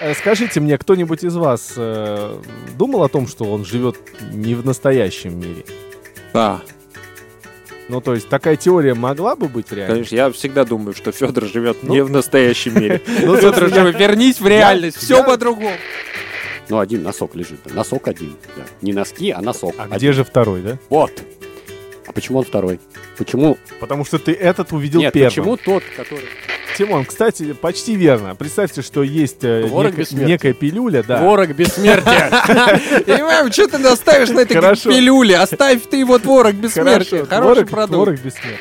Э, Скажите мне, кто-нибудь из вас э, думал о том, что он живет не в настоящем мире? Да, Ну, то есть такая теория могла бы быть реально? конечно, я всегда думаю, что Федор живет Ну. не в настоящем мире. Ну, Федор собственно, я- живет, вернись в реальность, все я- по-другому. Ну, один носок лежит. да. Носок один. да. Не носки, а носок. А Один. где же второй, да? Вот. А почему он второй? Почему? Потому что ты этот увидел Нет, первым. почему тот, который... Тимон, кстати, почти верно. Представьте, что есть э, Творог нек- бессмертия. некая пилюля, да. Творог бессмертия. Я не понимаю, что ты наставишь на этой Хорошо. пилюле? Оставь ты его творог бессмертия. Хорошо, Хороший творог, продукт. творог бессмертия.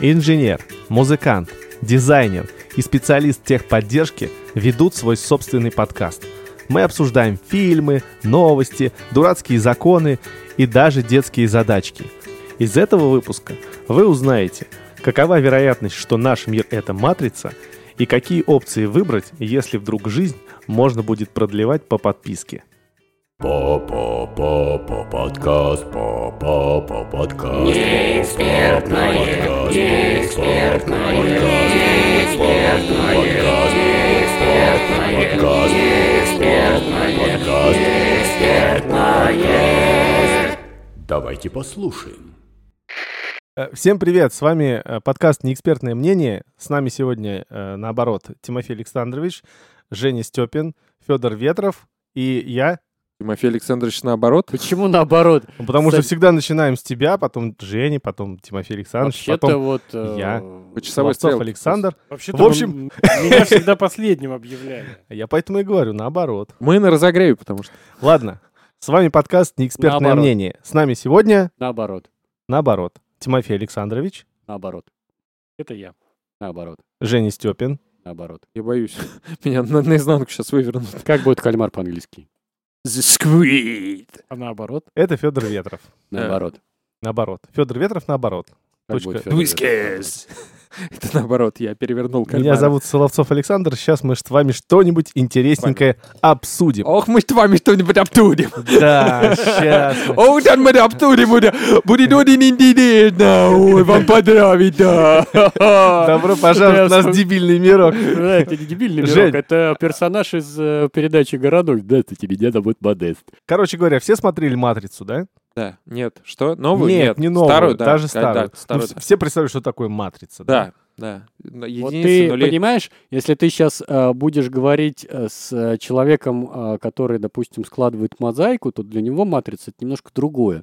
Инженер, музыкант, дизайнер и специалист техподдержки ведут свой собственный подкаст. Мы обсуждаем фильмы, новости, дурацкие законы и даже детские задачки. Из этого выпуска вы узнаете, какова вероятность, что наш мир — это матрица, и какие опции выбрать, если вдруг жизнь можно будет продлевать по подписке. Папа подкаст, папа подкаст. Неэкспертное, неэкспертное, неэкспертное, подкаст, неэкспертное, подкаст, неэкспертное. Давайте послушаем. Э, Всем привет! С вами э, подкаст «Неэкспертное мнение». С нами сегодня, э, наоборот, Тимофей Александрович, Женя Степин, Федор Ветров и я. Тимофей Александрович, наоборот, Почему наоборот? Ну, Потому что Кстати- всегда начинаем с тебя, потом Женя, потом Тимофей Александрович, Вообще-то потом вот... э, я. по часовой Ловцов стрелке. Александр. Вообще-то В общем- он- меня всегда последним объявляли. Я поэтому и говорю, наоборот. Мы на разогреве, потому что... Ладно, с вами подкаст «Неэкспертное Наоборот. мнение». С нами сегодня, Наоборот. наоборот, Тимофей Александрович, Наоборот. Это я. Наоборот. Женя Степин. Наоборот. Я боюсь. Меня на- наизнанку сейчас вывернут. Как будет кальмар по-английски? The Squid. А наоборот, Это Федор Ветров. Наоборот. Наоборот. Федор Ветров наоборот. Как Точка. будет Ну, Фёдор? Whiskers. Это наоборот, я перевернул Меня кальмара. зовут Соловцов Александр. Сейчас мы ж с вами что-нибудь интересненькое обсудим. Ох, мы с вами что-нибудь обсудим. Да, сейчас. Ох, там мы обсудим. Будет будет очень интересно. Ой, вам понравится. Добро пожаловать в наш дебильный мирок. Да, Ну, это не дебильный Жень. мирок, это персонаж из э, передачи «Городок». Да, это тебе надо будет модест. Короче, Короче говоря, все смотрели «Матрицу», да? Да, нет, что? Новую? Нет, не новую, Старую, да. даже Да, старую. да, старую, Ну, да. вс- Все представляют, что такое «Матрица». Да, да. На вот Единицы, ты нули. понимаешь, если ты сейчас будешь говорить э, с э, человеком, э, который, допустим, складывает мозаику, то для него «Матрица» — это немножко другое.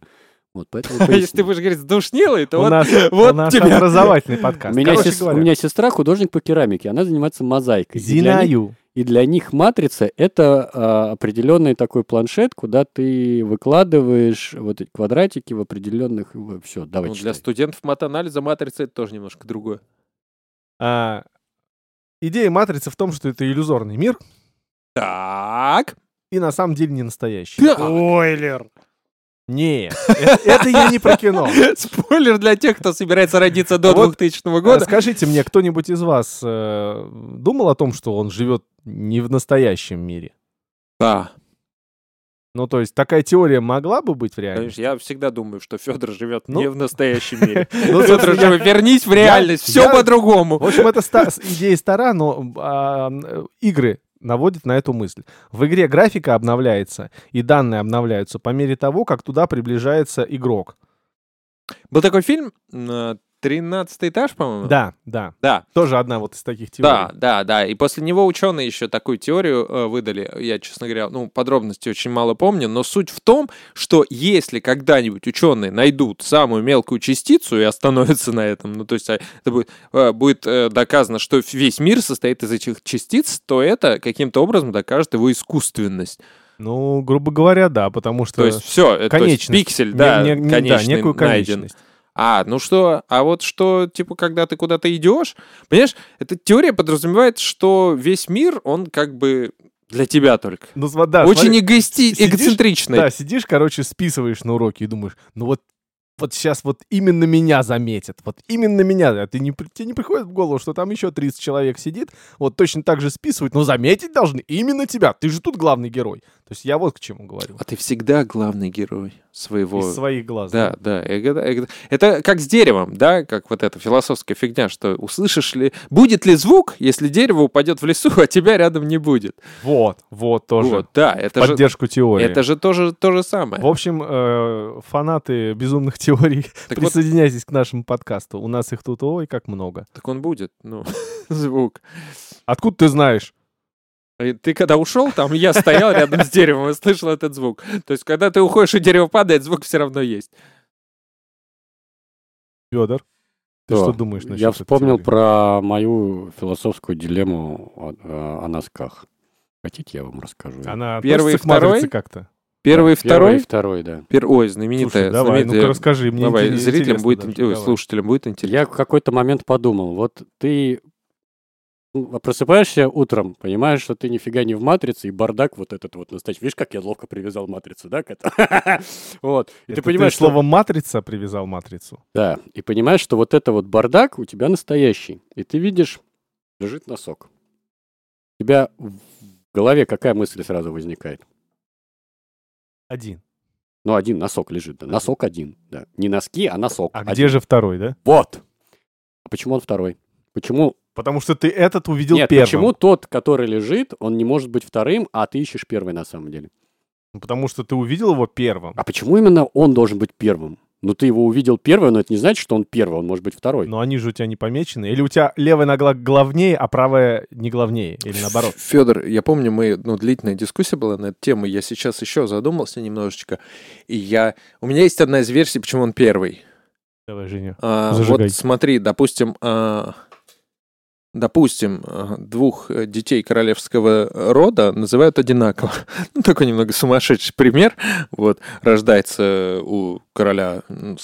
Вот, поэтому А Если ты поясни. будешь говорить сдушнилый, то У вот... нас, вот у нас тебе. образовательный У подкаст. меня, Короче сес- у говоря, меня сестра художник по керамике, она занимается мозаикой. И для них- Зинаю. И для них матрица — это а, определенный такой планшет, куда ты выкладываешь вот эти квадратики в определенных... Все, давай Ну, для читай. студентов матанализа матрица это тоже немножко другое. А, Идея «Матрицы» в том, что это иллюзорный мир Так. и на самом деле не настоящий. Да. Ойлер. Нет, это- это я не про кино. Спойлер для тех, кто собирается родиться до Вот. 2000 А года. Скажите мне, кто-нибудь из вас э, думал о том, что он живет не в настоящем мире? Да. Ну, то есть такая теория могла бы быть в реальности? Конечно, я всегда думаю, что Федор живет Ну. не в настоящем мире. Ну, Федор собственно, живет, вернись в реальность, я- все я- В по-другому. общем, эта ста- с- идея стара, но а, э, игры наводят на эту мысль. В игре графика обновляется, и данные обновляются по мере того, как туда приближается игрок. Был такой фильм э, «Тринадцатый этаж», по-моему? Да, да. Да, Тоже одна вот из таких теорий. Да, да, да. И после него ученые еще такую теорию э, выдали. Я, честно говоря, ну, подробностей очень мало помню, но суть в том, что если когда-нибудь ученые найдут самую мелкую частицу и остановятся на этом, ну, то есть а, это будет, э, будет э, доказано, что весь мир состоит из этих частиц, то это каким-то образом докажет его искусственность. Ну, грубо говоря, да, потому что... То есть все, Э, конечность. пиксель, не- да, не- не- да, конечный некую найден. конечность. А, ну что, а вот что, типа, когда ты куда-то идешь, понимаешь, эта теория подразумевает, что весь мир, он как бы для тебя только. Ну, сва- да, Очень смотри, эгоисти- сидишь, эгоцентричный. Да, сидишь, короче, списываешь на уроки и думаешь, ну вот, вот сейчас вот именно меня заметят, вот именно меня. А ты не, при- тебе не приходит в голову, что там еще 30 человек сидит, вот точно так же списывают, но заметить должны именно тебя. Ты же тут главный герой. То есть я вот к чему говорю. А ты всегда главный герой своего... Из своих глаз. Да, да. эго- эго- Это как с деревом, да, как вот эта философская фигня, что услышишь ли... Будет ли звук, если дерево упадет в лесу, а тебя рядом не будет? Вот, вот тоже. Вот, да, это же... Поддержку теории. Это же тоже то же самое. В общем, э, фанаты безумных теорий, Так вот- присоединяйтесь к нашему подкасту. У нас их тут ой как много. Так он будет, ну, звук. Откуда ты знаешь? И ты когда ушел, там я стоял рядом с деревом и слышал этот звук. То есть, когда ты уходишь, и дерево падает, звук все равно есть. Федор, ты Да. что думаешь насчет Я этой вспомнил теории? про мою философскую дилемму о, э, о носках. Хотите, я вам расскажу? Она Первый и относится к матрице второй? как-то? Первый, Первый и второй. второй, да. Пер- Ой, знаменитая. Слушай, давай, знаменитая- ну-ка расскажи. Мне Давай, интерес- зрителям интересно будет, даже, ин- ой, давай. слушателям будет интересно. Я в какой-то момент подумал, вот ты ну, просыпаешься утром, понимаешь, что ты нифига не в матрице, и бардак вот этот вот настоящий. Видишь, как я ловко привязал матрицу, да, к этому? Вот. И Это ты понимаешь, что... слово «матрица» привязал матрицу? Да, и понимаешь, что вот это вот бардак у тебя настоящий. И ты видишь, лежит носок. У тебя в голове какая мысль сразу возникает? Один. Ну, один носок лежит, да. Носок один, да. Не носки, а носок. А один. где же второй, да? Вот! А почему он второй? Почему Потому что ты этот увидел Нет, первым. почему тот, который лежит, он не может быть вторым, а ты ищешь первый на самом деле? Ну, Потому что ты увидел его первым. А почему именно он должен быть первым? Ну, ты его увидел первым, но это не значит, что он первый, он может быть Ну, второй. Но они же у тебя не помечены. Или у тебя левая нога главнее, а правая не главнее. Или наоборот. Федор, я помню, мы, ну, длительная дискуссия была на эту тему, я сейчас еще задумался немножечко, и я... У меня есть одна из версий, почему он первый. Давай, Женя. А, Зажигай. вот смотри, допустим, а, допустим, а, двух э, детей королевского рода называют одинаково. Ну, такой немного сумасшедший пример. Вот, рождается у короля м, Ну, Кто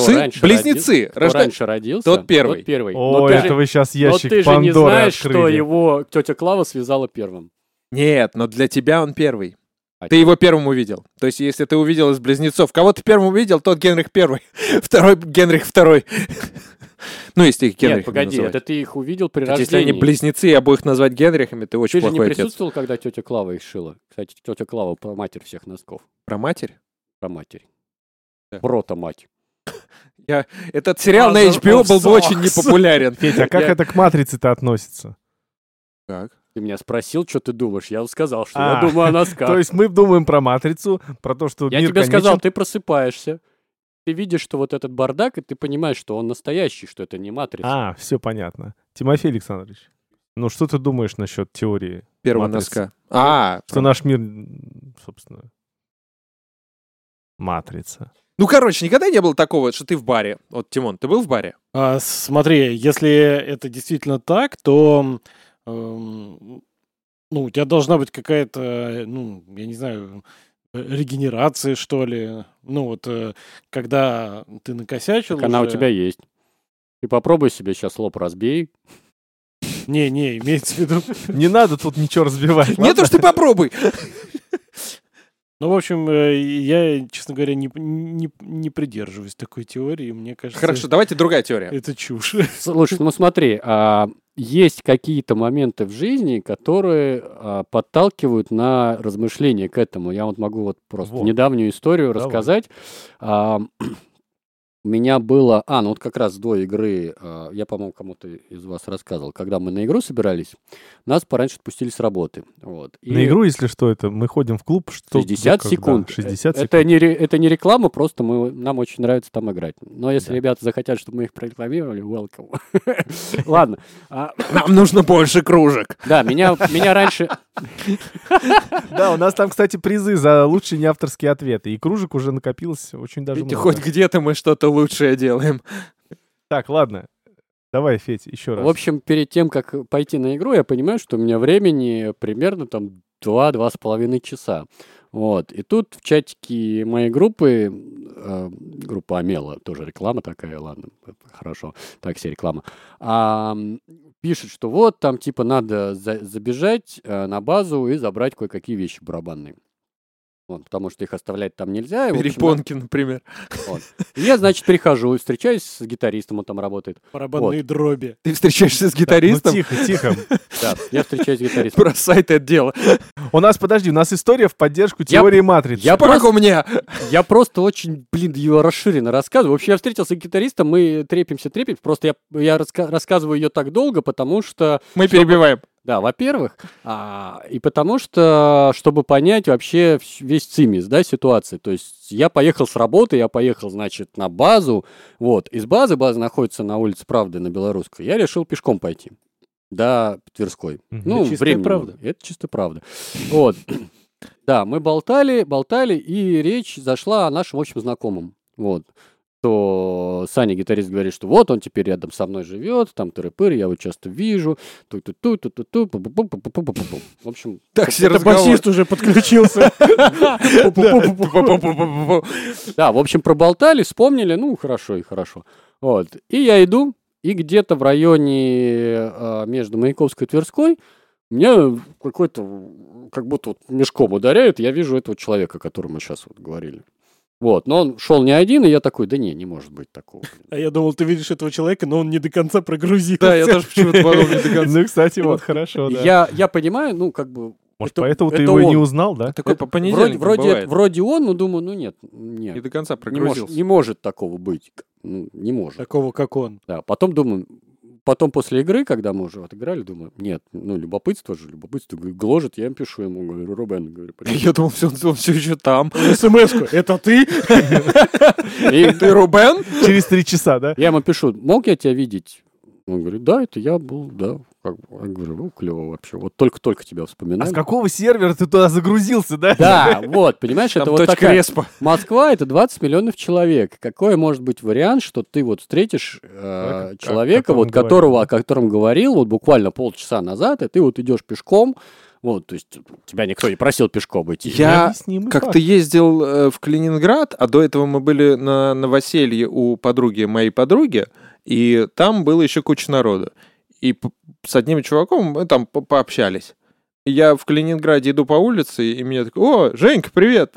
сын- раньше близнецы. Кто рожда- раньше родился, тот первый. Тот первый. О, ты это же- вы сейчас но ящик ты же Пандоры не знаешь, открыли. что его тетя Клава связала первым. Нет, но для тебя он первый. А Ты его первым увидел. То есть, если ты увидел из близнецов, кого ты первым увидел, тот Генрих первый, второй Генрих второй. Ну, если их Генрихами Нет, погоди, называть. это ты их увидел при Ведь рождении. Если они близнецы и обоих назвать Генрихами, ты очень Ты же не плохой отец. присутствовал, когда тетя Клава их шила. Кстати, тетя Клава про матерь всех носков. Про матерь? Про матерь. Да. Прото мать. Этот сериал на Mother HBO of был бы Socks. очень непопулярен. Петя, а как Я- это к матрице-то относится? Как? Ты меня спросил, что ты думаешь. Я сказал, что А, я думаю о носках. То есть мы думаем про матрицу, про то, что Я мир тебе сказал, конечен. ты просыпаешься, ты видишь, что вот этот бардак, и ты понимаешь, что он настоящий, что это не матрица. А, все понятно. Тимофей Александрович, ну что ты думаешь насчет теории, Первого Матрица. носка. А, что наш мир, м, собственно, матрица? ну, короче, никогда не было такого, что ты в баре. Вот, Тимон, ты был в баре? А, смотри, если это действительно так, то эм, ну, у тебя должна быть какая-то, э, ну, я не знаю, э, регенерация, что ли. Ну, вот э, когда ты накосячил. Так она у уже- тебя есть. Ты попробуй себе сейчас лоб разбей. Не, не, имеется в виду. Не надо тут ничего разбивать. Нет ладно? уж ты попробуй! Ну, в общем, э, я, честно говоря, не, не, не придерживаюсь такой теории. Мне кажется, Хорошо, давайте другая теория. это чушь. Слушай, ну смотри, а, есть какие-то моменты в жизни, которые а, подталкивают на размышления к этому. Я вот могу вот просто Вот. недавнюю историю Давай. рассказать. А, у меня было... А, ну вот как раз до игры, а, я, по-моему, кому-то из вас рассказывал, когда мы на игру собирались, нас пораньше отпустили с работы. Вот. И На игру, если что, это мы ходим в клуб, что... 60 когда? секунд. 60 секунд. Это не, ре- это не реклама, просто мы, нам очень нравится там играть. Но если Да. ребята захотят, чтобы мы их прорекламировали, welcome. Ладно. А, Нам нужно больше кружек. Да, меня, меня раньше... Да, у нас там, кстати, призы за лучшие неавторские ответы. И кружек уже накопилось очень даже Видите, много. хоть где-то мы что-то лучшее делаем. Так, ладно. Давай, Федь, еще раз. В общем, перед тем, как пойти на игру, я понимаю, что у меня времени примерно там 2-2,5 часа. Вот. И тут в чатике моей группы, э, группа Амела, тоже реклама такая, ладно, хорошо, так себе реклама, а, м, пишет, что вот там типа надо за- забежать э, на базу и забрать кое-какие вещи барабанные. Вот, потому что их оставлять там нельзя. и, в общем, Перепонки, например. и я, значит, прихожу, встречаюсь с гитаристом, он там работает. Барабанные дроби. Ты встречаешься с Ну, гитаристом? тихо, тихо. Да, я встречаюсь с гитаристом. Бросай это дело. У нас, подожди, у нас история в поддержку Я- теории матрицы. Я Шпак просто, у меня! я просто очень, блин, ее расширенно рассказываю. Вообще, я встретился с гитаристом, мы трепимся, трепимся. Просто я, я раска- рассказываю ее так долго, потому что Мы перебиваем. Да, во-первых, а, и потому что, чтобы понять вообще вс- весь цимис, да, ситуации, то есть я поехал с работы, я поехал, значит, на базу, вот, из базы, база находится на улице Правды, на Белорусской, я решил пешком пойти до Тверской. Мгм. Ну, Это чистая временно. правда. Это чисто правда. Вот. Да, мы болтали, болтали, и речь зашла о нашем общем знакомом. Вот. То Саня, гитарист, говорит, что вот он теперь рядом со мной живет, там тыры-пыры, я его часто вижу, ту-ту-ту, ту-ту-ту, пу-пу-пу-пу-пу-пу-пу. В общем, Так себе Это басист уже подключился. разговор. да, в общем, проболтали, вспомнили, ну, хорошо и хорошо. Вот. И я иду, и где-то в районе э, между Маяковской и Тверской меня какой-то, как будто вот мешком ударяют, я вижу этого человека, о котором мы сейчас вот говорили. Вот, но он шел не один, и я такой, да не, не может быть такого. А я думал, ты видишь этого человека, но он не до конца прогрузился. Да, я тоже почему-то подумал не до конца. Ну, кстати, вот хорошо, да. Я, я понимаю, ну, как бы... Может, это- поэтому ты это его и не он. узнал, да? Такой по понедельникам вроде, вроде, бывает. вроде он, но думаю, ну нет, нет, Не до конца не может, прогрузился. не может такого быть, ну, не может. Такого, как он. Да, потом думаю, потом после игры, когда мы уже отыграли, думаю, нет, ну любопытство же, любопытство г- гложет, я им пишу ему, говорю, Рубен, говорю, привет». Я думал, все, он все еще там. СМС-ку. Это ты? И Ты Рубен? Через три часа, да? я ему пишу, мог я тебя видеть? Он говорит, да, это я был, да. Как бы. Я говорю, ну клево вообще, вот только-только тебя А с вспоминаю. какого сервера ты туда загрузился, да? Да, вот, понимаешь, это Там вот точка такая... респа. Москва — это 20 миллионов человек. Какой может быть вариант, что ты вот встретишь э, Человека, как- человека, которому вот говорил, которого, да. о котором говорил вот буквально полчаса назад, и ты вот идешь пешком, вот, то есть тебя никто не просил пешком идти. Я- Необъяснимый Ну, Как факт. ты ездил э, в Калининград, а до этого мы были на новоселье у подруги моей подруги, и там было еще куча народа. И п- с одним чуваком мы там по- пообщались. И Я в Калининграде иду по улице, и мне такой, о, Женька, привет!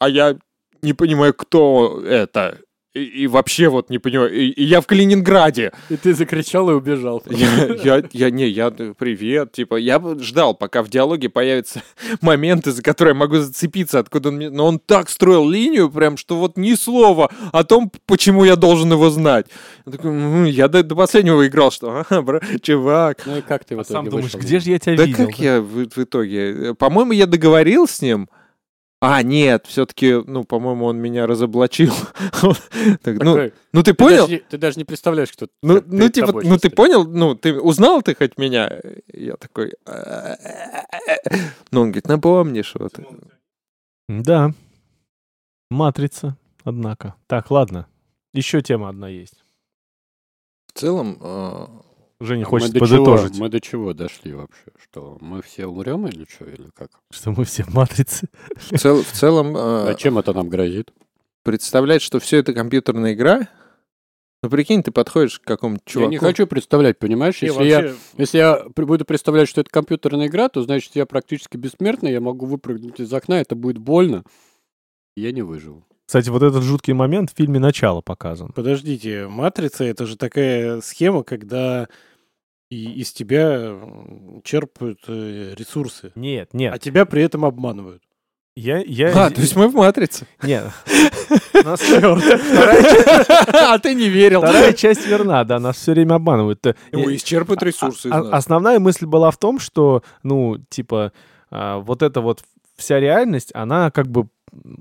А я не понимаю, кто это. И, и вообще вот не понимаю. И, и я в Калининграде. И ты закричал и убежал. Я, я, я- не, я, э, привет, типа, я бы ждал, пока в диалоге появятся моменты, за которые я могу зацепиться, откуда он мне... Но он так строил линию, прям, что вот ни слова о том, почему я должен его знать. Я, такой, «Мгм, я до, до последнего играл, что, «Ага, бра- чувак. Ну и как ты в А итоге сам думаешь, вышел? где же я тебя Да видел? как я в, в итоге... Э, По-моему, я договорил с ним, а, нет, все-таки, ну, по-моему, он меня разоблачил. Так, Ну, Такой, ну, ты ты, понял? даже, не- ты даже не представляешь, кто Ну, перед ну типа, тобой ну ты сейчас. понял, ну ты узнал ты хоть меня? Я такой. «Э, э, э». Ну он говорит, напомнишь вот. Да. Матрица, однако. Так, ладно. Еще тема одна есть. В целом, э, Женя А хочет мы до чего- подытожить, мы до чего дошли вообще? Что, мы все умрем или что, или как? что мы все матрицы. в цел- в целом А э, чем это нам грозит? представлять, что все это компьютерная игра. Ну прикинь, ты подходишь к какому-то Я чуваку. не хочу представлять, понимаешь? Не, Если я вообще, Если я при- буду представлять, что это компьютерная игра, то значит я практически бессмертный, я могу выпрыгнуть из окна, это будет больно. Я не выживу. Кстати, вот этот жуткий момент в фильме «Начало» показан. Подождите, матрица это же такая схема, когда и из тебя м, черпают э, ресурсы, Нет, нет. а тебя при этом обманывают. Я, я... А, то есть мы в матрице. Нет. Нас- А ты не верил. Вторая часть верна, да, нас все время обманывают. Э, Ну, э, исчерпают ресурсы. из а- нас. Основная мысль была в том, что, ну, типа, а, вот эта вот вся реальность, она как бы,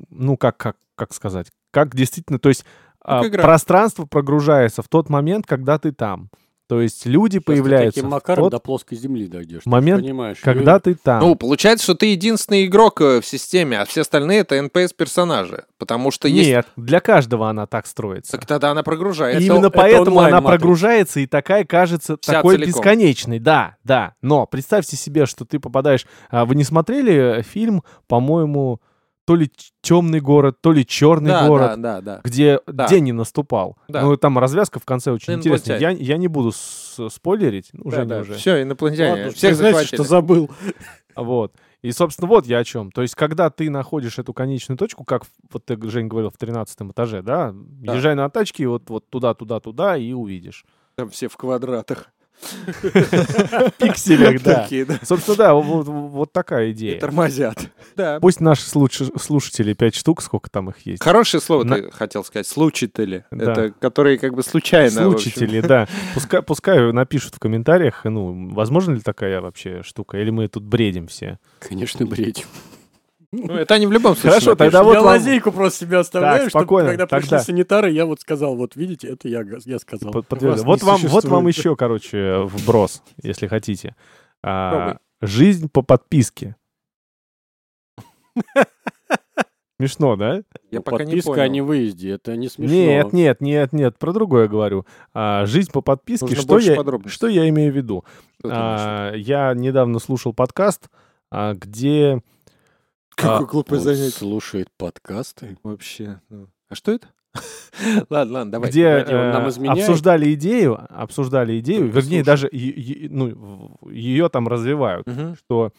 ну, как, как, как сказать, как действительно, то есть а, Как игра. пространство прогружается в тот момент, когда ты там. То есть люди появляются таким в макаром тот до плоской земли дойдешь. ты момент, же понимаешь, когда ты там. Ну, получается, что ты единственный игрок э, в системе, а все остальные это НПС-персонажи. Потому что есть. Нет, для каждого она так строится. Так тогда она И прогружается. Именно это поэтому она онлайн-матрица. прогружается и такая кажется Вся такой целиком. бесконечной. Да, да. Но представьте себе, что ты попадаешь. а, Вы не смотрели э, фильм, по-моему, то ли темный город, то ли черный да, город, да, да, да. где Да. день не наступал. Да. Ну там развязка в конце очень Сын интересная. Я, Блатяй. я не буду с- спойлерить, ну, уже не уже. Все, инопланетяне. Ладно, Всех значит, захватили. что забыл. Вот. И, собственно, вот я о чем. То есть, когда ты находишь эту конечную точку, как вот ты, Жень, говорил, в 13 этаже, да, езжай на тачке, вот, вот туда, туда, туда, и увидишь. Там все в квадратах. Пикселях, да. Такие, да. Собственно, да, вот, вот такая идея. Тормозят. Да. Пусть наши слуш- слушатели, пять штук, сколько там их есть, Хорошее слово На- ты хотел сказать. Случатели. Да. Это которые как бы случайно. в общем. слушатели, да, пускай, пускай напишут в комментариях, ну, возможно ли такая вообще штука, или мы тут бредим все. Конечно, бредь. Ну, это они в любом случае. Хорошо, напишут. тогда вот я вам- лазейку просто себе оставляю, Так, чтобы спокойно, когда пришли тогда. санитары, я вот сказал, вот видите, это я, га- я сказал. Под- подтверждаю. Вас Вот не вам, вот вам существует. еще, короче, вброс, если хотите. А, Пробуй. жизнь по подписке. Смешно, да? Я Ну, пока не подписка о понял. невыезде, это не смешно. Нет, нет, нет, нет, про другое говорю. А, жизнь по подписке, Нужно что больше Ну, я, подробностей. что я имею в виду? Что ты думаешь? А, я недавно слушал подкаст, а, где... а, Какое глупое Он ну, занятие. слушает подкасты. Вообще. ну. А что это? Ладно, ладно, давай. Ну, где давайте, он нам э, изменяет. обсуждали идею, обсуждали идею, Только вернее, слушай. даже е- е- ну, в- ее там развивают, Мгм. что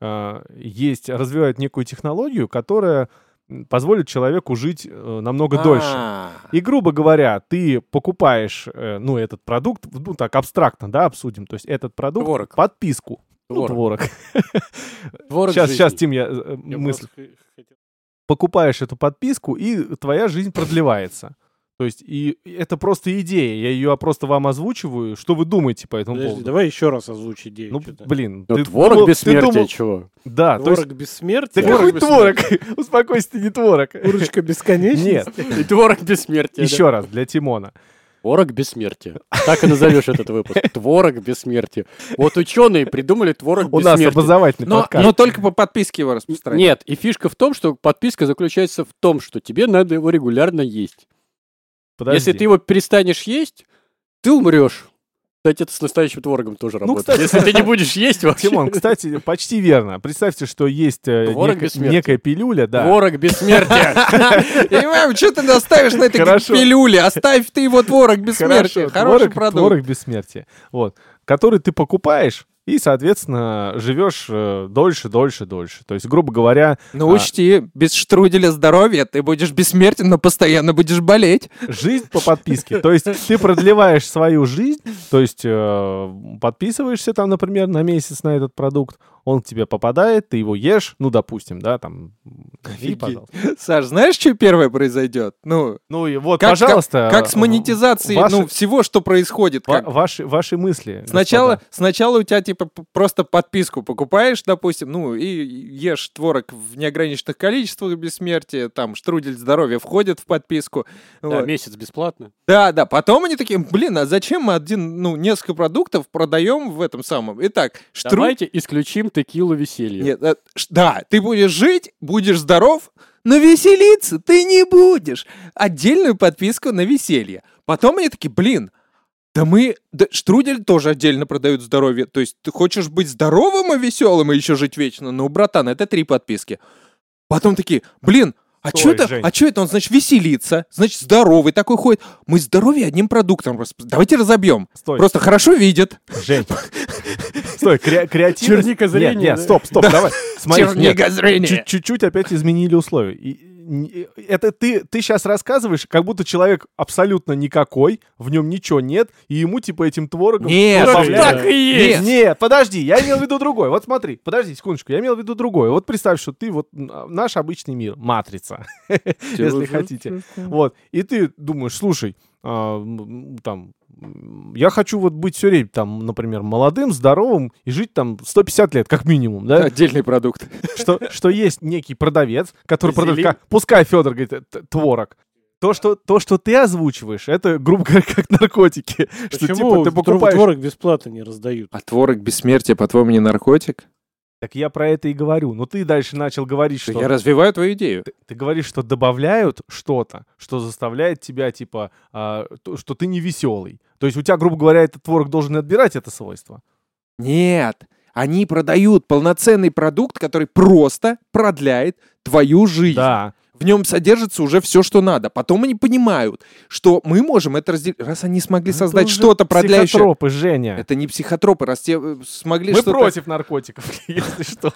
э, есть, развивают некую технологию, которая м, позволит человеку жить э, намного дольше. А, И, грубо говоря, ты покупаешь, э, ну, этот продукт, ну, так, абстрактно, да, обсудим, то есть этот продукт, Творог. подписку, ну, Творог. творог. Творог Сейчас, жизни. сейчас, Тим, я э, Я мысль. просто х- хотел- покупаешь эту подписку, и твоя жизнь продлевается. То есть, и и это просто идея. Я ее просто вам озвучиваю. Что вы думаете по этому Подожди, поводу? давай еще раз озвучь идею. Ну, чё-то. блин. Ну, ты творог думал- ты бессмертия, думал- чего? Да, то есть... Творог бессмертия. Да какой творог? Успокойся, ты не творог. Курочка бесконечности. Нет, И творог бессмертия. да. еще раз, для Тимона. Творог бессмертия. Так и назовешь этот выпуск. Творог бессмертия. Вот ученые придумали творог У нас бессмертия. образовательный Но, ну, подкаст. но только по подписке его распространять. Нет, и фишка в том, что подписка заключается в том, что тебе надо его регулярно есть. Подожди. Если ты его перестанешь есть, ты умрешь. Кстати, это с настоящим творогом тоже Ну, работает. кстати- Если ты не будешь есть вообще. Тимон, кстати, почти верно. Представьте, что есть э, Творог нек- бессмертия. некая пилюля, да. Творог бессмертия. Я не понимаю, что ты наставишь на этой Хорошо. пилюле? Оставь ты его творог бессмертия. Хорошо, Хороший творог- продукт. Творог бессмертия. Вот. Который ты покупаешь и, соответственно, живешь э, дольше, дольше, дольше. То есть, грубо говоря, Ну А. учти, без штруделя здоровья ты будешь бессмертен, но постоянно будешь болеть. жизнь по подписке. То есть ты продлеваешь свою жизнь, то есть э, подписываешься там, например, на месяц на этот продукт, он к тебе попадает, ты его ешь, ну, допустим, да, там... м, и Офигеть. пожалуйста. Саш, знаешь, что первое произойдет? Ну, Ну и вот, как, пожалуйста. как, как с монетизацией, А, ваши- ну, всего, что происходит. ва- как ваши, ваши мысли. Сначала, господа. сначала у тебя типа п- просто подписку покупаешь, допустим, ну и ешь творог в неограниченных количествах бессмертия, там штрудель здоровья входит в подписку. Да, Вот. Месяц бесплатно. Да, да. Потом они такие, блин, а зачем мы один, ну, несколько продуктов продаем в этом самом? Итак, штрудель... Давайте исключим текилу веселья. Нет, э, ш- да, ты будешь жить, будешь здоров, но веселиться ты не будешь. Отдельную подписку на веселье. Потом они такие, блин, да мы... да штрудель тоже отдельно продают здоровье. То есть ты хочешь быть здоровым и веселым и еще жить вечно? Ну, братан, это три подписки. Потом такие, блин, а Стой, что это? Жень. А что это? Он, значит, веселится, значит, здоровый такой ходит. Мы здоровье одним продуктом расп- Давайте разобьем. Стой, Просто хорошо видит. Жень. Стой, кре- креативность... Черника зрения, Нет, нет, да? стоп, стоп, давай. Смотри, нет, Чернига зрения. Чуть- Чуть-чуть опять изменили условия. И- и- и- это ты, ты сейчас рассказываешь, как будто человек абсолютно никакой, в нем ничего нет, и ему типа этим творогом... Нет, добавляют- Добавляю. Так и есть. Нет, подожди, я имел в виду другое. Вот смотри, подожди секундочку, я имел в виду другое. Вот представь, что ты вот м, наш обычный мир, матрица, если хотите. Вот, и ты думаешь, слушай, а, м, там, м, я хочу вот быть все время, там, например, молодым, здоровым и жить там 150 лет, как минимум, да? Отдельный продукт. что, что есть некий продавец, который Зелень. продает... ка- Пускай Федор говорит, э, т- творог. То что, то, что ты озвучиваешь, это, грубо говоря, как наркотики. Что типа Почему ты творог- покупаешь... творог бесплатно не раздают? А творог бессмертия, по-твоему, не наркотик? Так я про это и говорю. Но ты дальше начал говорить, что... Я развиваю твою идею. Ты говоришь, что добавляют что-то, что заставляет тебя, типа, а, то, что ты не веселый. То есть у тебя, грубо говоря, этот творог должен отбирать это свойство. Нет. Они продают полноценный продукт, который просто продляет твою жизнь. Да. В нем содержится уже все, что надо. Потом они понимают, что мы можем это разделить. Раз они смогли создать Ну, Это уже что-то продляющее. Психотропы, Женя. Это не психотропы, раз те э, смогли Мы что-то... против наркотиков, если что.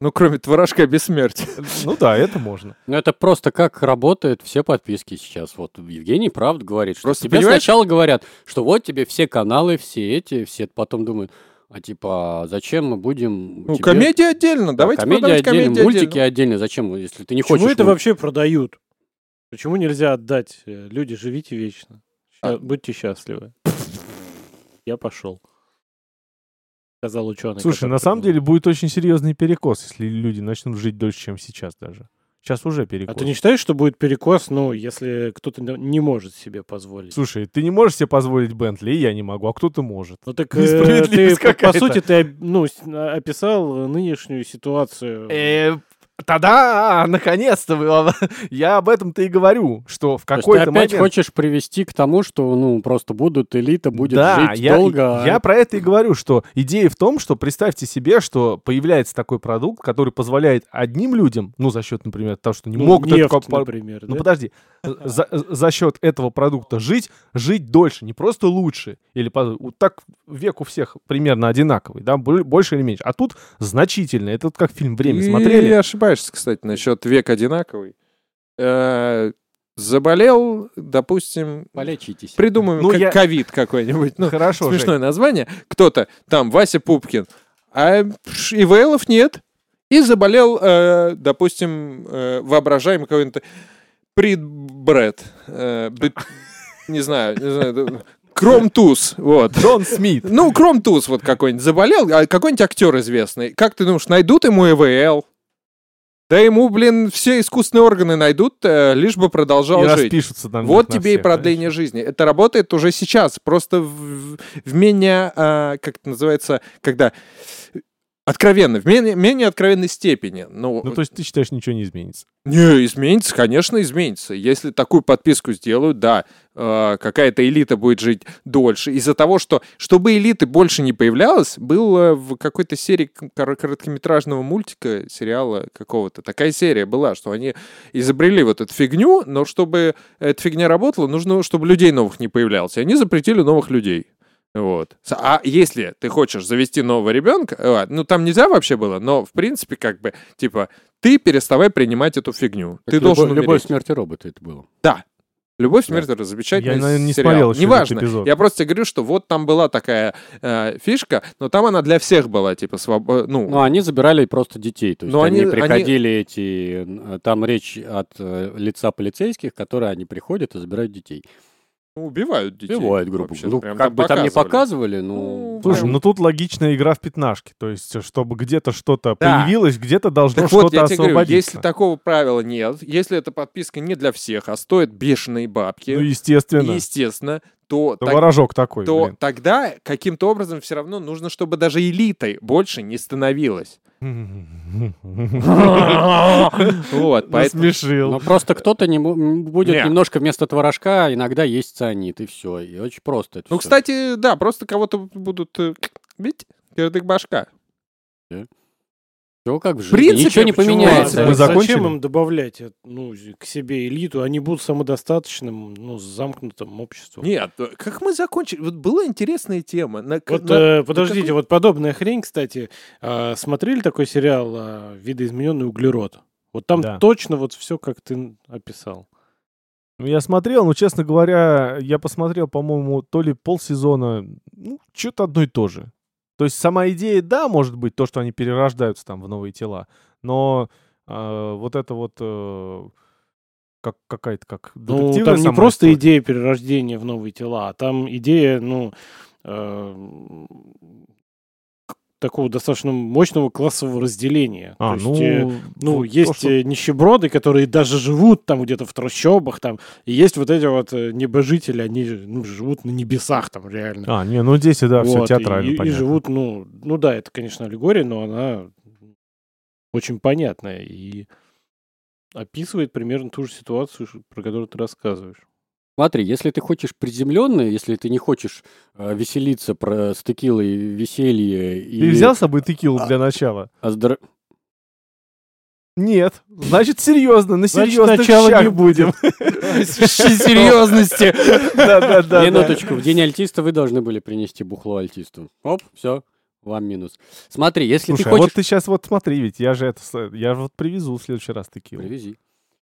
Ну, кроме творожка бессмертия. Ну да, это можно. Ну, это просто как работают все подписки сейчас. Вот Евгений правда говорит, что Просто тебе понимаешь- сначала говорят, что вот тебе все каналы, все эти, все потом думают, а типа, а зачем мы будем... Ну, тебе- комедия отдельно. Да, Давайте комедия продавать отдельно, комедию мультики отдельно. отдельно. Зачем, если ты не Почему хочешь... это ну, вообще продают? Почему нельзя отдать? Э, Люди, живите вечно. Ща- Будьте счастливы. Я пошел. Сказал ученый. Слушай, на самом деле будет очень серьезный перекос, если люди начнут жить дольше, чем сейчас даже. Сейчас уже А перекос. ты не считаешь, что будет перекос, ну, если кто-то не- не может себе позволить? Слушай, ты не можешь себе позволить Бентли, и я не могу, а кто-то может. Ну так э, ты, Несправедливость по- по какая-то. сути, ты об- ну, с- а- описал э, нынешнюю ситуацию. Э, Тогда, а, наконец-то, вы- я об этом-то и говорю, что в То есть ты какой-то опять момент... хочешь привести к тому, что, ну, просто будут элита, будет да, жить я, долго. а- я про это и говорю, что идея в том, что представьте себе, что появляется такой продукт, который позволяет одним людям, ну, за счет, например, того, что не Ну, могут... нефть, это как- например, Ну да? подожди, за, э, за счет этого продукта жить, жить дольше, не просто лучше, или по- вот так век у всех примерно одинаковый, да, бо- больше или меньше. А тут значительно, это вот как фильм «Время» И смотрели. ошибаешься, кстати, насчет век одинаковый. Э, Заболел, допустим, Полечитесь. придумаем Ну, к- я- ковид какой-нибудь. Ну, Хорошо, Жень. смешное название. Кто-то там, Вася Пупкин, а пш, ИВЛов нет. И заболел, э, допустим, э, воображаемый какой-нибудь Придбред. э, бит- не знаю, не знаю. это- Кромтуз, вот. Джон Смит. Ну, Кромтуз вот какой-нибудь заболел, а какой-нибудь актер известный. Как ты думаешь, найдут ему ИВЛ? Да ему, блин, все искусственные органы найдут, э, лишь бы продолжал И жить. распишутся на них Вот на тебе и всех, продление жизни. Это работает уже сейчас. Просто в, в менее, а, как это называется, когда откровенно, в менее, менее откровенной степени. Ну, понимаешь? Ну, то есть ты считаешь, ничего не изменится. не, изменится, конечно, изменится. Если такую подписку сделают, да, э, какая-то элита будет жить дольше. Из-за того, что, чтобы элиты больше не появлялось, было в какой-то серии к- кор- короткометражного мультика, сериала какого-то, такая серия была, что они изобрели вот эту фигню, но чтобы эта фигня работала, нужно, чтобы людей новых не появлялось. И они запретили новых людей. Вот. С- А если ты хочешь завести нового ребенка, э, ну там нельзя вообще было, но в принципе как бы типа ты переставай принимать эту фигню. Как ты любой- должен Любой умереть. смерти робота это было. Любовь, смерть, это замечательный Я, наверное, не сериал. смотрел еще Неважно. этот эпизод. Я просто тебе говорю, что вот там была такая э, фишка, но там она для всех была типа своб... э, ну, Ну, они забирали просто детей. То есть Ну, они, они- приходили эти... э, Там речь от э, лица полицейских, которые они приходят и забирают детей. ну, убивают детей. Убивают, грубо Вообще, говоря. Ну, прям как бы там не показывали. показывали, ну... Ну, Слушай, прям- ну тут логичная игра в пятнашки. То есть, чтобы где-то что-то Да. появилось, где-то должно Так что-то вот, я тебе освободиться. говорю, если такого правила нет, если эта подписка не для всех, а стоит бешеные Ну, бабки, естественно. естественно, то, Это так- Творожок такой, то блин. тогда каким-то образом все равно нужно, чтобы даже элитой больше не становилось. Вот, поэтому... Насмешил. Ну, просто кто-то не му- м, будет э, Не. немножко вместо творожка, иногда есть цианид, и все. И очень просто это Ну, всё. кстати, да, просто кого-то будут э, бить. Кирдык башка. Всё как в жизни. принципе, Ничего не почему поменяется. нет? Ладно, Мы закончили? Зачем им добавлять э, ну, к себе элиту? Они будут самодостаточным, ну, замкнутым обществом. Нет, э, как мы закончили? Вот была интересная тема. На- Вот, на- э, подождите, какой- вот подобная хрень, кстати, э, смотрели такой сериал э, «Видоизмененный углерод»? Вот там Да. точно вот все, как ты н- описал. Ну, Я смотрел, но, честно говоря, я посмотрел, по-моему, то ли полсезона, ну, что-то одно и то же. То есть сама идея, да, может быть, то, что они перерождаются там в новые тела, но э, вот это вот э, как какая-то как Ну, детективная там не сама просто история. идея перерождения в новые тела, а там идея, ну, э, такого достаточно мощного классового разделения. А, То есть, ну, э, Ну, вот то, есть что- э, нищеброды, которые даже живут там где-то в трущобах, там, и есть вот эти вот э, небожители, они же, ну, живут на небесах там реально. А, не, ну здесь, и да, все Вот, театрально, и, и понятно. живут, ну, ну да, это, конечно, аллегория, но она очень понятная и описывает примерно ту же ситуацию, ш- про которую ты рассказываешь. Смотри, если ты хочешь приземленное, если ты не хочешь э, веселиться про с текилой веселье и... Ты взял с собой текилу А. для начала? оздор- Нет. Значит, серьезно, на Значит, серьезных сначала щах не будем. серьезности. Да-да-да. ну, Минуточку, в день альтиста вы должны были принести бухло альтисту. Оп, все. Вам минус. Смотри, если Слушай, ты а хочешь... вот ты сейчас вот смотри, ведь я же это, с- я же вот привезу в следующий раз такие. вот. Привези.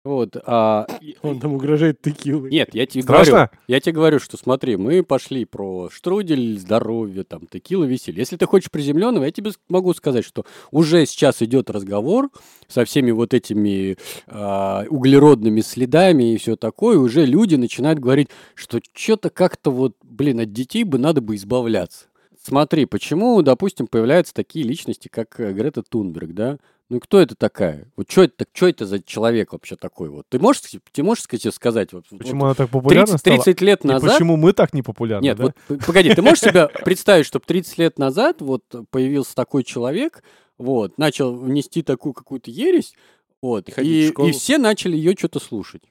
Вот, а, Он там угрожает текилой. Нет, я тебе говорю, Страшно? Я тебе говорю, что смотри, мы пошли про штрудель, здоровье, там, текила, веселье. Если ты хочешь приземленного, я тебе с- могу сказать, что уже сейчас идет разговор со всеми вот этими а, углеродными следами и все такое. Уже люди начинают говорить, что что-то как-то вот, блин, от детей бы надо бы избавляться. Смотри, почему, допустим, появляются такие личности, как э, Грета Тунберг, да? Ну кто это такая? Вот что это, что это за человек вообще такой вот? Ты можешь, ты можешь сказать, сказать вот, вот Почему она так популярна 30, стала? 30 лет И назад... почему мы так не популярны? Нет, да? вот п- погоди, ты можешь себе представить, чтобы 30 лет назад вот появился такой человек, вот, начал внести такую какую-то ересь, вот, И и, ходить в школу. и все начали ее что-то слушать.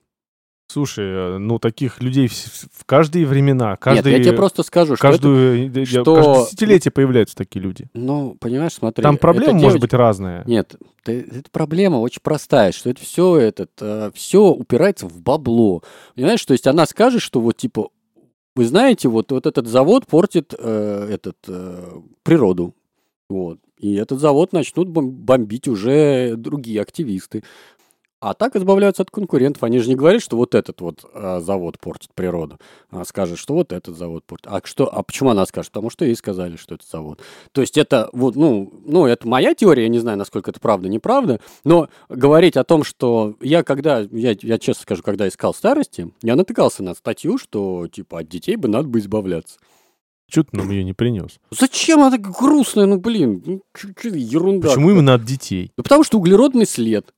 Слушай, э, ну таких людей в, в каждые времена, Нет, каждый, я тебе просто скажу, что это- каждую, э, э, что- каждое десятилетие появляются такие люди. Ну, понимаешь, смотри... Там эта проблема может девочка- быть разная. Нет, ты- это проблема очень простая, что это все этот, все упирается в бабло. Понимаешь, то есть она скажет, что вот типа, вы знаете, вот, вот этот завод портит э, этот, э, природу. Вот. И этот завод начнут бом- бомбить уже другие активисты. А так избавляются от конкурентов. Они же не говорят, что вот этот вот э, завод портит природу. Она скажет, что вот этот завод портит. А, что, а почему она скажет? Потому что ей сказали, что это завод. То есть это вот, ну, ну, это моя теория, я не знаю, насколько это правда, неправда, но говорить о том, что я когда, я, я честно скажу, когда искал старости, я натыкался на статью, что типа от детей бы надо бы избавляться. Чего ты нам ее не принес? Зачем она так грустная, ну блин, ну, чё- чё за ерунда. Почему именно от детей? Ну, потому что углеродный след.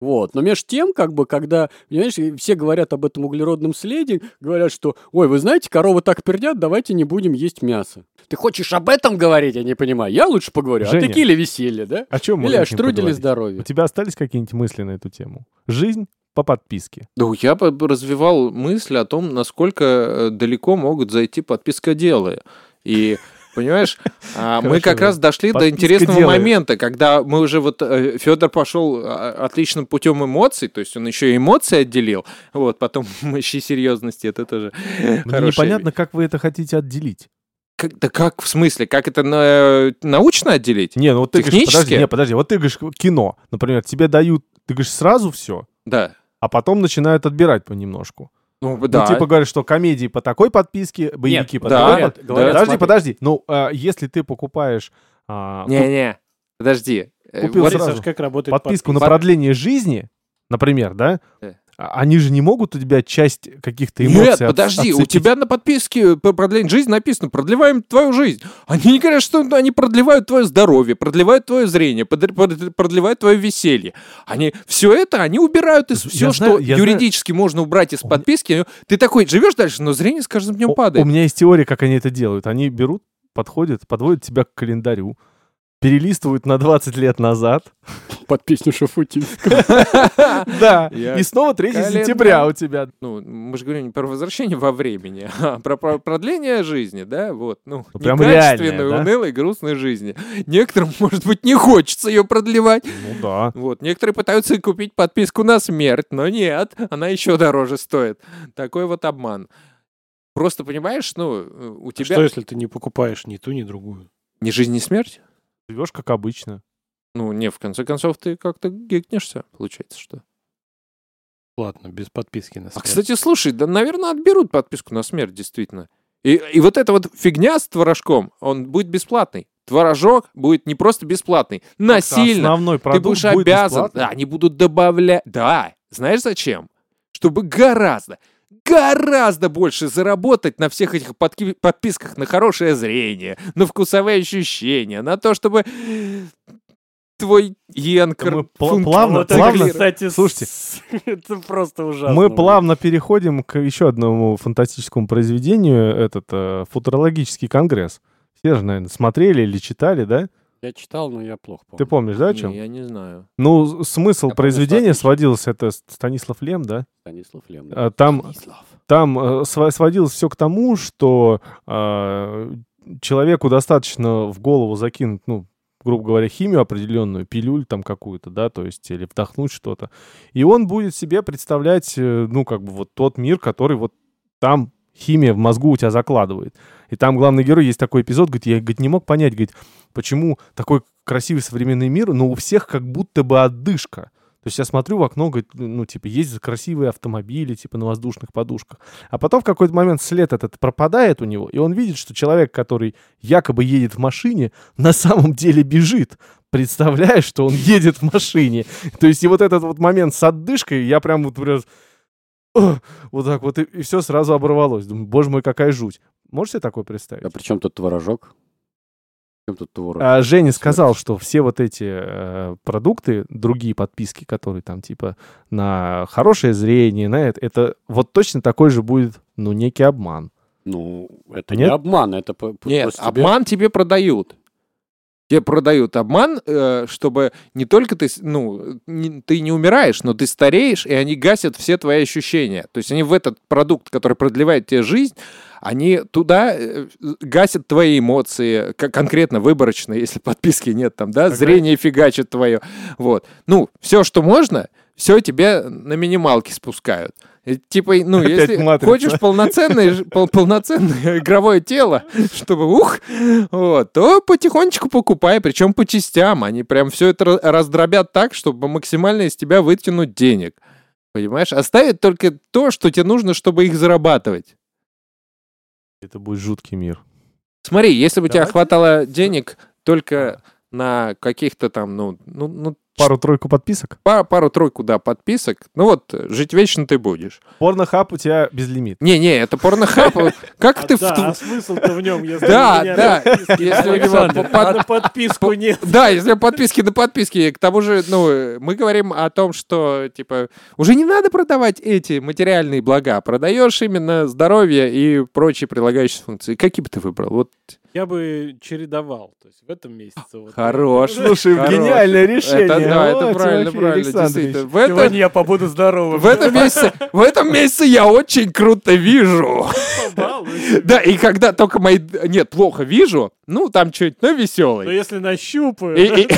Вот. Но между тем, как бы, когда, понимаешь, и все говорят об этом углеродном следе, говорят, что, ой, вы знаете, коровы так пердят, давайте не будем есть мясо. Ты хочешь об этом говорить, я не понимаю. Я лучше поговорю. Женя. А такие или веселье, да? О чем Или можно о с ним штруделе поговорить? У здоровья. тебя остались какие-нибудь мысли на эту тему? Жизнь по подписке. Да, ну, я бы бы развивал мысль о том, насколько э, далеко могут зайти подпискоделы. И понимаешь, а, мы Хорошо, как да. раз дошли до Подписка интересного делает. момента, когда мы уже вот э, Федор пошел а, отличным путем эмоций, то есть он еще и эмоции отделил, вот потом еще серьезности это тоже. Мне хорошая непонятно, как вы это хотите отделить. Как, да как в смысле? Как это на- э, научно отделить? Не, ну вот ты говоришь, подожди, Технически? не, подожди, вот ты говоришь кино, например, тебе дают, ты говоришь сразу все, Да. а потом начинают отбирать понемножку. Ну, Ну, типа говоришь, что комедии по такой подписке, боевики по да, такой говорят, под- говорят, Подожди, смотри. подожди, ну а, если ты покупаешь а, ку- Не-не, подожди. Э, Купил вот- Смотри, сразу. Саш, как работает подписку на подписка. продление жизни, например, да, Да. а- они же не могут у тебя часть каких-то эмоций Э. Нет, отс- подожди, у отцепить. тебя на подписке по продлению жизни написано «Продлеваем твою жизнь». Они не говорят, что они продлевают твое здоровье, продлевают твое зрение, подр- подр- продлевают твое веселье. Они все это, они убирают из Я все, знаю- что я юридически можно убрать из подписки. Ты такой живешь дальше, но зрение с каждым днем О- У падает. меня есть теория, как они это делают. Они берут, подходят, подводят тебя к календарю, перелистывают на 20 лет назад. Под песню Шафутинского. Да, Я- и снова 3 Календарь. сентября у тебя. Ну, мы же говорим не про возвращение во времени, а про, про продление жизни, да, вот. Ну, Ну, прям некачественной, реальное, да? унылой, грустной жизни. Некоторым, может быть, не хочется ее продлевать, Ну да. Вот, некоторые пытаются купить подписку на смерть, но нет, она еще дороже стоит. Такой вот обман. Просто понимаешь, ну, э, у тебя... подписка. Что, если ты не покупаешь ни ту, ни другую? Ни жизнь, ни смерть? Живешь как обычно. Ну, не, в конце концов, ты как-то гикнешься, получается, что. Ладно, без подписки на А, смерть. кстати, слушай, да, наверное, отберут подписку на смерть, действительно. И, и вот эта вот фигня с творожком, он будет бесплатный. Творожок будет не просто бесплатный, насильно. Основной Ты продукт будешь будет обязан. бесплатный. Да, они будут добавлять. Да, знаешь зачем? Чтобы гораздо, гораздо больше заработать на всех этих подки- подписках на хорошее зрение, на вкусовые ощущения, на то, чтобы твой енкер Мы пла- функ- плавно- вот это, плавно- функционировал. кстати, слушайте. это просто ужасно. Мы плавно переходим к еще одному фантастическому произведению, этот э, футурологический конгресс. Все же, наверное, смотрели или читали, да? Я читал, но я плохо Ты помню. помнишь, да, о Не, чем? Я не знаю. Ну, с- смысл Я помню, произведения что сводился, это Станислав Лем, да? Станислав Лем. да. А, Там Там э, сва- сводилось все к тому, что э, человеку достаточно в голову закинуть, ну, грубо говоря, химию определенную, пилюль там какую-то, да, то есть, или вдохнуть что-то. И он будет себе представлять, э, ну, как бы вот тот мир, который вот там химия в мозгу у тебя закладывает. И там главный герой есть такой эпизод, говорит, я говорит, не мог понять, говорит, почему такой красивый современный мир, но у всех как будто бы отдышка. То есть я смотрю в окно, говорит, ну, типа, ездят красивые автомобили, типа, на воздушных подушках. А потом в какой-то момент след этот пропадает у него, и он видит, что человек, который якобы едет в машине, на самом деле бежит. Представляешь, что он едет в машине. То есть и вот этот вот момент с отдышкой, я прям вот прям «Ugh!» вот так вот, и, все сразу оборвалось. Думаю, боже мой, какая жуть. Можете себе такое представить? А при чем тут творожок? При чем тут творог? А, Женя сказал, что все вот эти э, продукты, другие подписки, которые там типа на хорошее зрение, на это, это вот точно такой же будет, ну, некий обман. Ну, это не Нет? обман, это по- по- Нет, типа, просто тебе- обман тебе продают. Тебе продают обман, э, чтобы не только ты, с- ну, не- ты не умираешь, но ты стареешь, и они гасят все твои ощущения. То есть они в этот продукт, который продлевает тебе жизнь, они туда э, гасят твои эмоции, к- конкретно выборочно, если подписки нет там, да, зрение фигачит твое. Вот. Ну, все, что можно, все тебе на минималке спускают. И Типа, ну, Опять если матрица. хочешь полноценное, ж- пол- полноценное игровое тело, чтобы ух, вот, то потихонечку покупай, причем по частям. Они прям все это ра- раздробят так, чтобы максимально из тебя вытянуть денег. Понимаешь? Оставят только то, что тебе нужно, чтобы их зарабатывать. Это будет жуткий мир. Смотри, если бы у тебя Давайте. хватало денег только на каких-то там, ну, ну, ну Пару-тройку подписок? па- пару-тройку, да, подписок, ну вот, э, жить вечно ты будешь. Порнохаб у тебя безлимит. Не-не, это порнохаб. Как ты... в да, а тв- смысл-то в нем, если Да, у меня да. подписки, Если у него Александр, по- под- а на подписку нет. Да, если подписки на подписки. К тому же, ну, э, мы говорим о том, что, типа, уже не надо продавать эти материальные блага. Продаешь именно здоровье и прочие прилагающие функции. Какие бы ты выбрал? Вот Я бы чередовал, то есть в этом месяце. вот. хорош. Слушай, хорош. гениальное решение. Это, да, это Вот, правильно, Тимофей правильно, Александрович. действительно. В этом, я побуду здоровым. в, этом месяце, в этом месяце я очень круто вижу. Да, и когда только мои... д- Нет, плохо вижу, ну, там что-нибудь, ну, веселый. Но если нащупаю... И, и-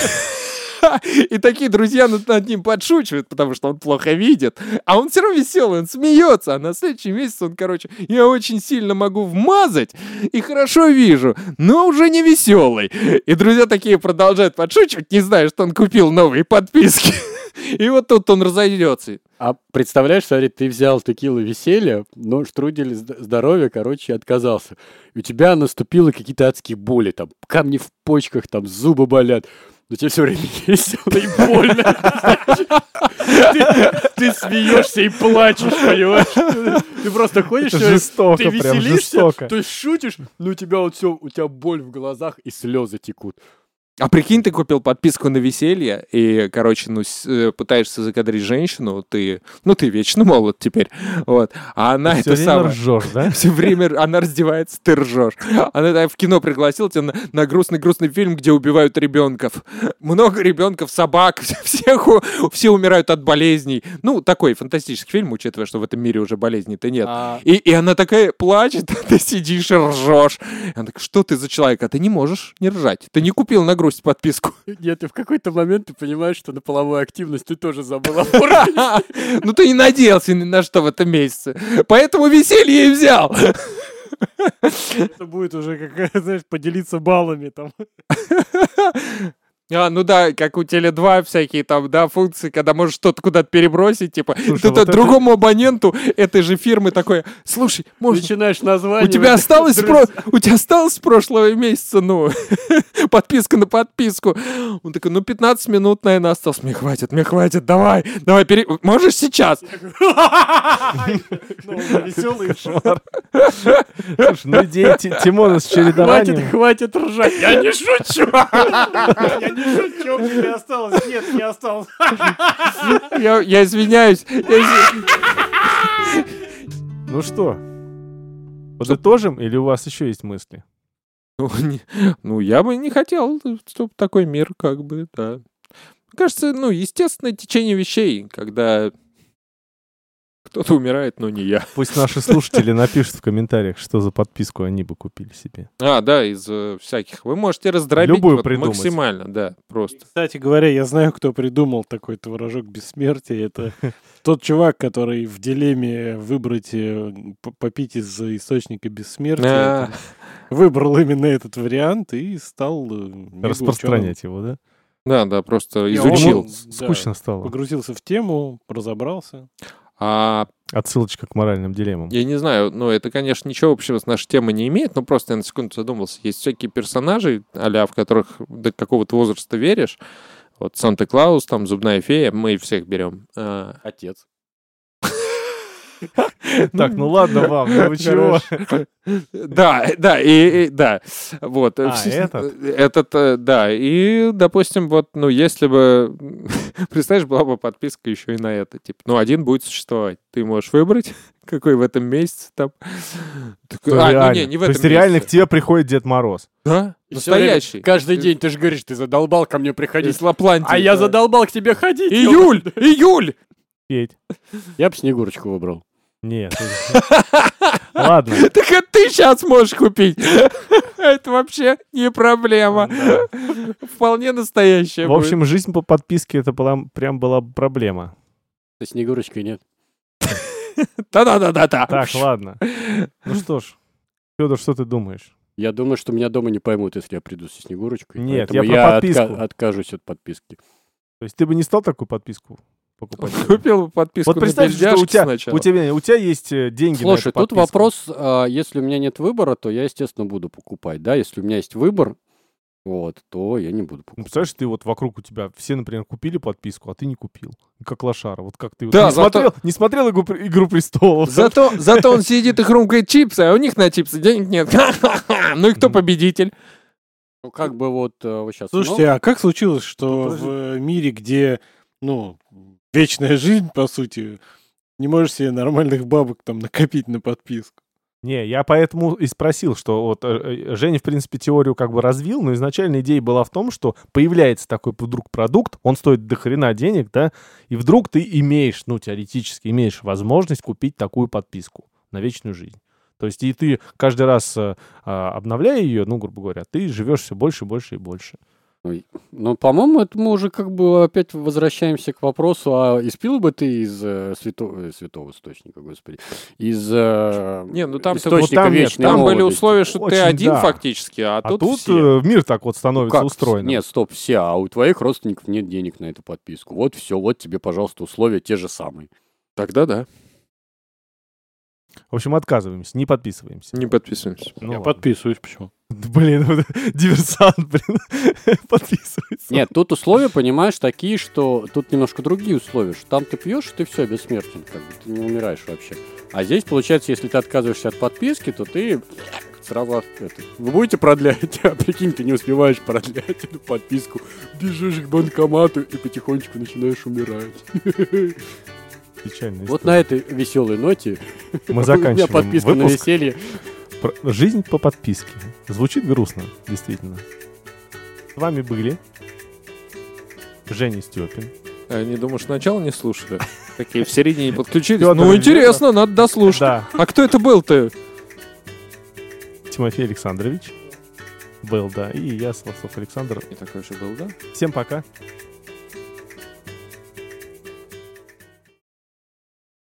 и такие друзья над, над ним подшучивают, потому что он плохо видит. А он все равно веселый, он смеется. А на следующий месяц он, короче, я очень сильно могу вмазать и хорошо вижу, но уже не веселый. И друзья такие продолжают подшучивать, не зная, что он купил новые подписки. И вот тут он разойдется. А представляешь, смотри, ты взял текилу веселья, но штрудель зд- здоровья, короче, отказался. И у тебя наступило какие-то адские боли, там, камни в почках, там, зубы болят. Но тебе все время весело и больно. Ты- Ты смеешься и плачешь, понимаешь? Ты просто ходишь, Это всё время, жестоко, ты прям веселишься, жестоко. ты шутишь, но у тебя вот все, у тебя боль в глазах и слезы текут. А прикинь, ты купил подписку на веселье, и, короче, ну, с- э, пытаешься закадрить женщину, ты, ну, ты вечно молод теперь, вот, а она Всё это время самое... ржёшь, да? Все время она раздевается, ты ржешь. Она так в кино пригласила тебя на- на грустный-грустный фильм, где убивают ребенков. Много ребенков, собак, всех, у- все умирают от болезней. Ну, такой фантастический фильм, учитывая, что в этом мире уже болезней-то нет. А, И, и она такая плачет, а ты сидишь и ржешь. Она такая, что ты за человек? А ты не можешь не ржать. Ты не купил на грусть подписку. Нет, и в какой-то момент ты понимаешь, что на половую активность ты тоже забыл о Ну ты не надеялся ни на что в этом месяце. Поэтому веселье и взял. Это будет уже, как, знаешь, поделиться баллами там. А, ну да, как у Теле 2 всякие там, да, функции, когда можешь что-то куда-то перебросить, типа, Слушай, кто-то вот это- другому абоненту этой же фирмы такое, слушай, может, Начинаешь у название. тебя осталось с про- у тебя осталось с прошлого месяца, ну, подписка на подписку. Он такой, ну, 15 минут, наверное, осталось. Мне хватит, мне хватит, давай, давай, пере... можешь сейчас? Ну, Веселый Слушай, ну идея Ти- Тимона с Хватит, чередованием. хватит ржать. Я не шучу. Я не шучу, мне осталось. Нет, не осталось. Я, я извиняюсь. Я изв- Ну что, подытожим или у вас еще есть мысли? Ну, не- ну, я бы не хотел, чтобы такой мир, как бы, да. Мне кажется, ну, естественное течение вещей, когда Кто-то умирает, но не я. Пусть наши слушатели напишут в комментариях, что за подписку они бы купили себе. А, да, из э, всяких. Вы можете раздробить Любую вот придумать. максимально, да, просто. Кстати говоря, я знаю, кто придумал такой творожок бессмертия. Это тот чувак, который в дилемме выбрать, э, п- попить из источника бессмертия, А, там, выбрал именно этот вариант и стал э, мега Распространять его, да? Да, да, просто Не, Ему изучил. он- да. Скучно ученым. стало. Погрузился в тему, разобрался. А Отсылочка к моральным дилеммам. Я не знаю, ну, это, конечно, ничего общего с нашей темой не имеет, но просто я на секунду задумался. Есть всякие персонажи, а в которых до какого-то возраста веришь. Вот Санта-Клаус, там, Зубная фея, мы всех берем. А, Отец. Так, ну ладно вам, ну вы чего? Да, да, и, и- да, вот. А, Все- этот? Этот, э, да, и, допустим, вот, ну, если бы, представляешь, была бы подписка еще и на это, типа, ну, один будет существовать, ты можешь выбрать, какой в этом месяце там. Такой, Ну, а, ну, реально. не, не в То этом есть реально к месяце. тебе приходит Дед Мороз. Да, И всё время- настоящий. Каждый день ты же говоришь, ты задолбал ко мне приходить. Из Лапландии. А я задолбал к тебе ходить. ёб- Июль! Июль! Петь. Я бы Снегурочку выбрал. Нет. Ладно. Так это ты сейчас можешь купить. Это вообще не проблема. Вполне настоящая В общем, жизнь по подписке это была- прям была проблема. Со Снегурочкой нет. Да-да-да-да-да. Так, ладно. Ну что ж, Федор, что ты думаешь? Я думаю, что меня дома не поймут, если я приду со Снегурочкой. Нет, поэтому я про подписку. откажусь от подписки. То есть ты бы не стал такую подписку покупать? Купил бы подписку Вот представь, на что у бельдяшки тебя, сначала. у тебя, у тебя есть э, деньги на Слушай, эту тут подписку. вопрос, а, если у меня нет выбора, то я, естественно, буду покупать, да? Если у меня есть выбор, вот, то я не буду Ну, покупать. представляешь, ты вот вокруг у тебя все, например, купили подписку, а ты не купил. Как лошара. Вот как ты вот Да, не, зато- смотрел, не смотрел «Игру пр- «Игру престолов». Зато, зато он сидит и хрумкает чипсы, а у них на чипсы денег нет. Ну и кто победитель? Ну, как бы вот э, вы сейчас... Слушайте, а как случилось, что подожди. в мире, где, ну, вечная жизнь, по сути, не можешь себе нормальных бабок там накопить на подписку? Не, я поэтому и спросил, что вот э, э, Женя, в принципе, теорию как бы развил, но изначально идея была в том, что появляется такой вдруг продукт, он стоит до хрена денег, да, и вдруг ты имеешь, ну, теоретически имеешь возможность купить такую подписку на вечную жизнь. То есть и ты каждый раз, э, а, обновляя ее, ну, грубо говоря, ты живешь все больше, больше и больше. Ну, по-моему, это мы уже как бы опять возвращаемся к вопросу, а испил бы ты из э, свято- э, святого источника, господи, из э, Не, ну там-то- Вот источника там нет, вечной Там были молодости? условия, что ты Очень один да. фактически, а А тут тут все. э, мир так вот становится Ну Как? устроен. Нет, стоп, все, а у твоих родственников нет денег на эту подписку. Вот все, вот тебе, пожалуйста, условия те же самые. Тогда да, В общем, отказываемся, не подписываемся. не подписываемся. Ну я ладно. подписываюсь, почему? Блин, вот диверсант, блин, подписывается. Нет, тут условия, понимаешь, такие, что тут немножко другие условия, что там ты пьешь, и ты все бессмертен, как бы ты не умираешь вообще. А здесь, получается, если ты отказываешься от подписки, то ты сразу от- это, Вы будете продлять, а прикинь, ты не успеваешь продлять эту подписку, бежишь к банкомату и потихонечку начинаешь умирать. Печальная Вот история. на этой веселой ноте Мы у меня заканчиваем подписка на выпуск. веселье. про- Жизнь по подписке. Звучит грустно, действительно. С вами были Женя Степин. А Я не думаю, что сначала не слушали. Такие в середине подключились. Фёдор, Ну, интересно, надо дослушать. Да, А кто это был-то? Тимофей Александрович. Был, да. И я, Славцов Александр. Не такой же был, да? Всем пока.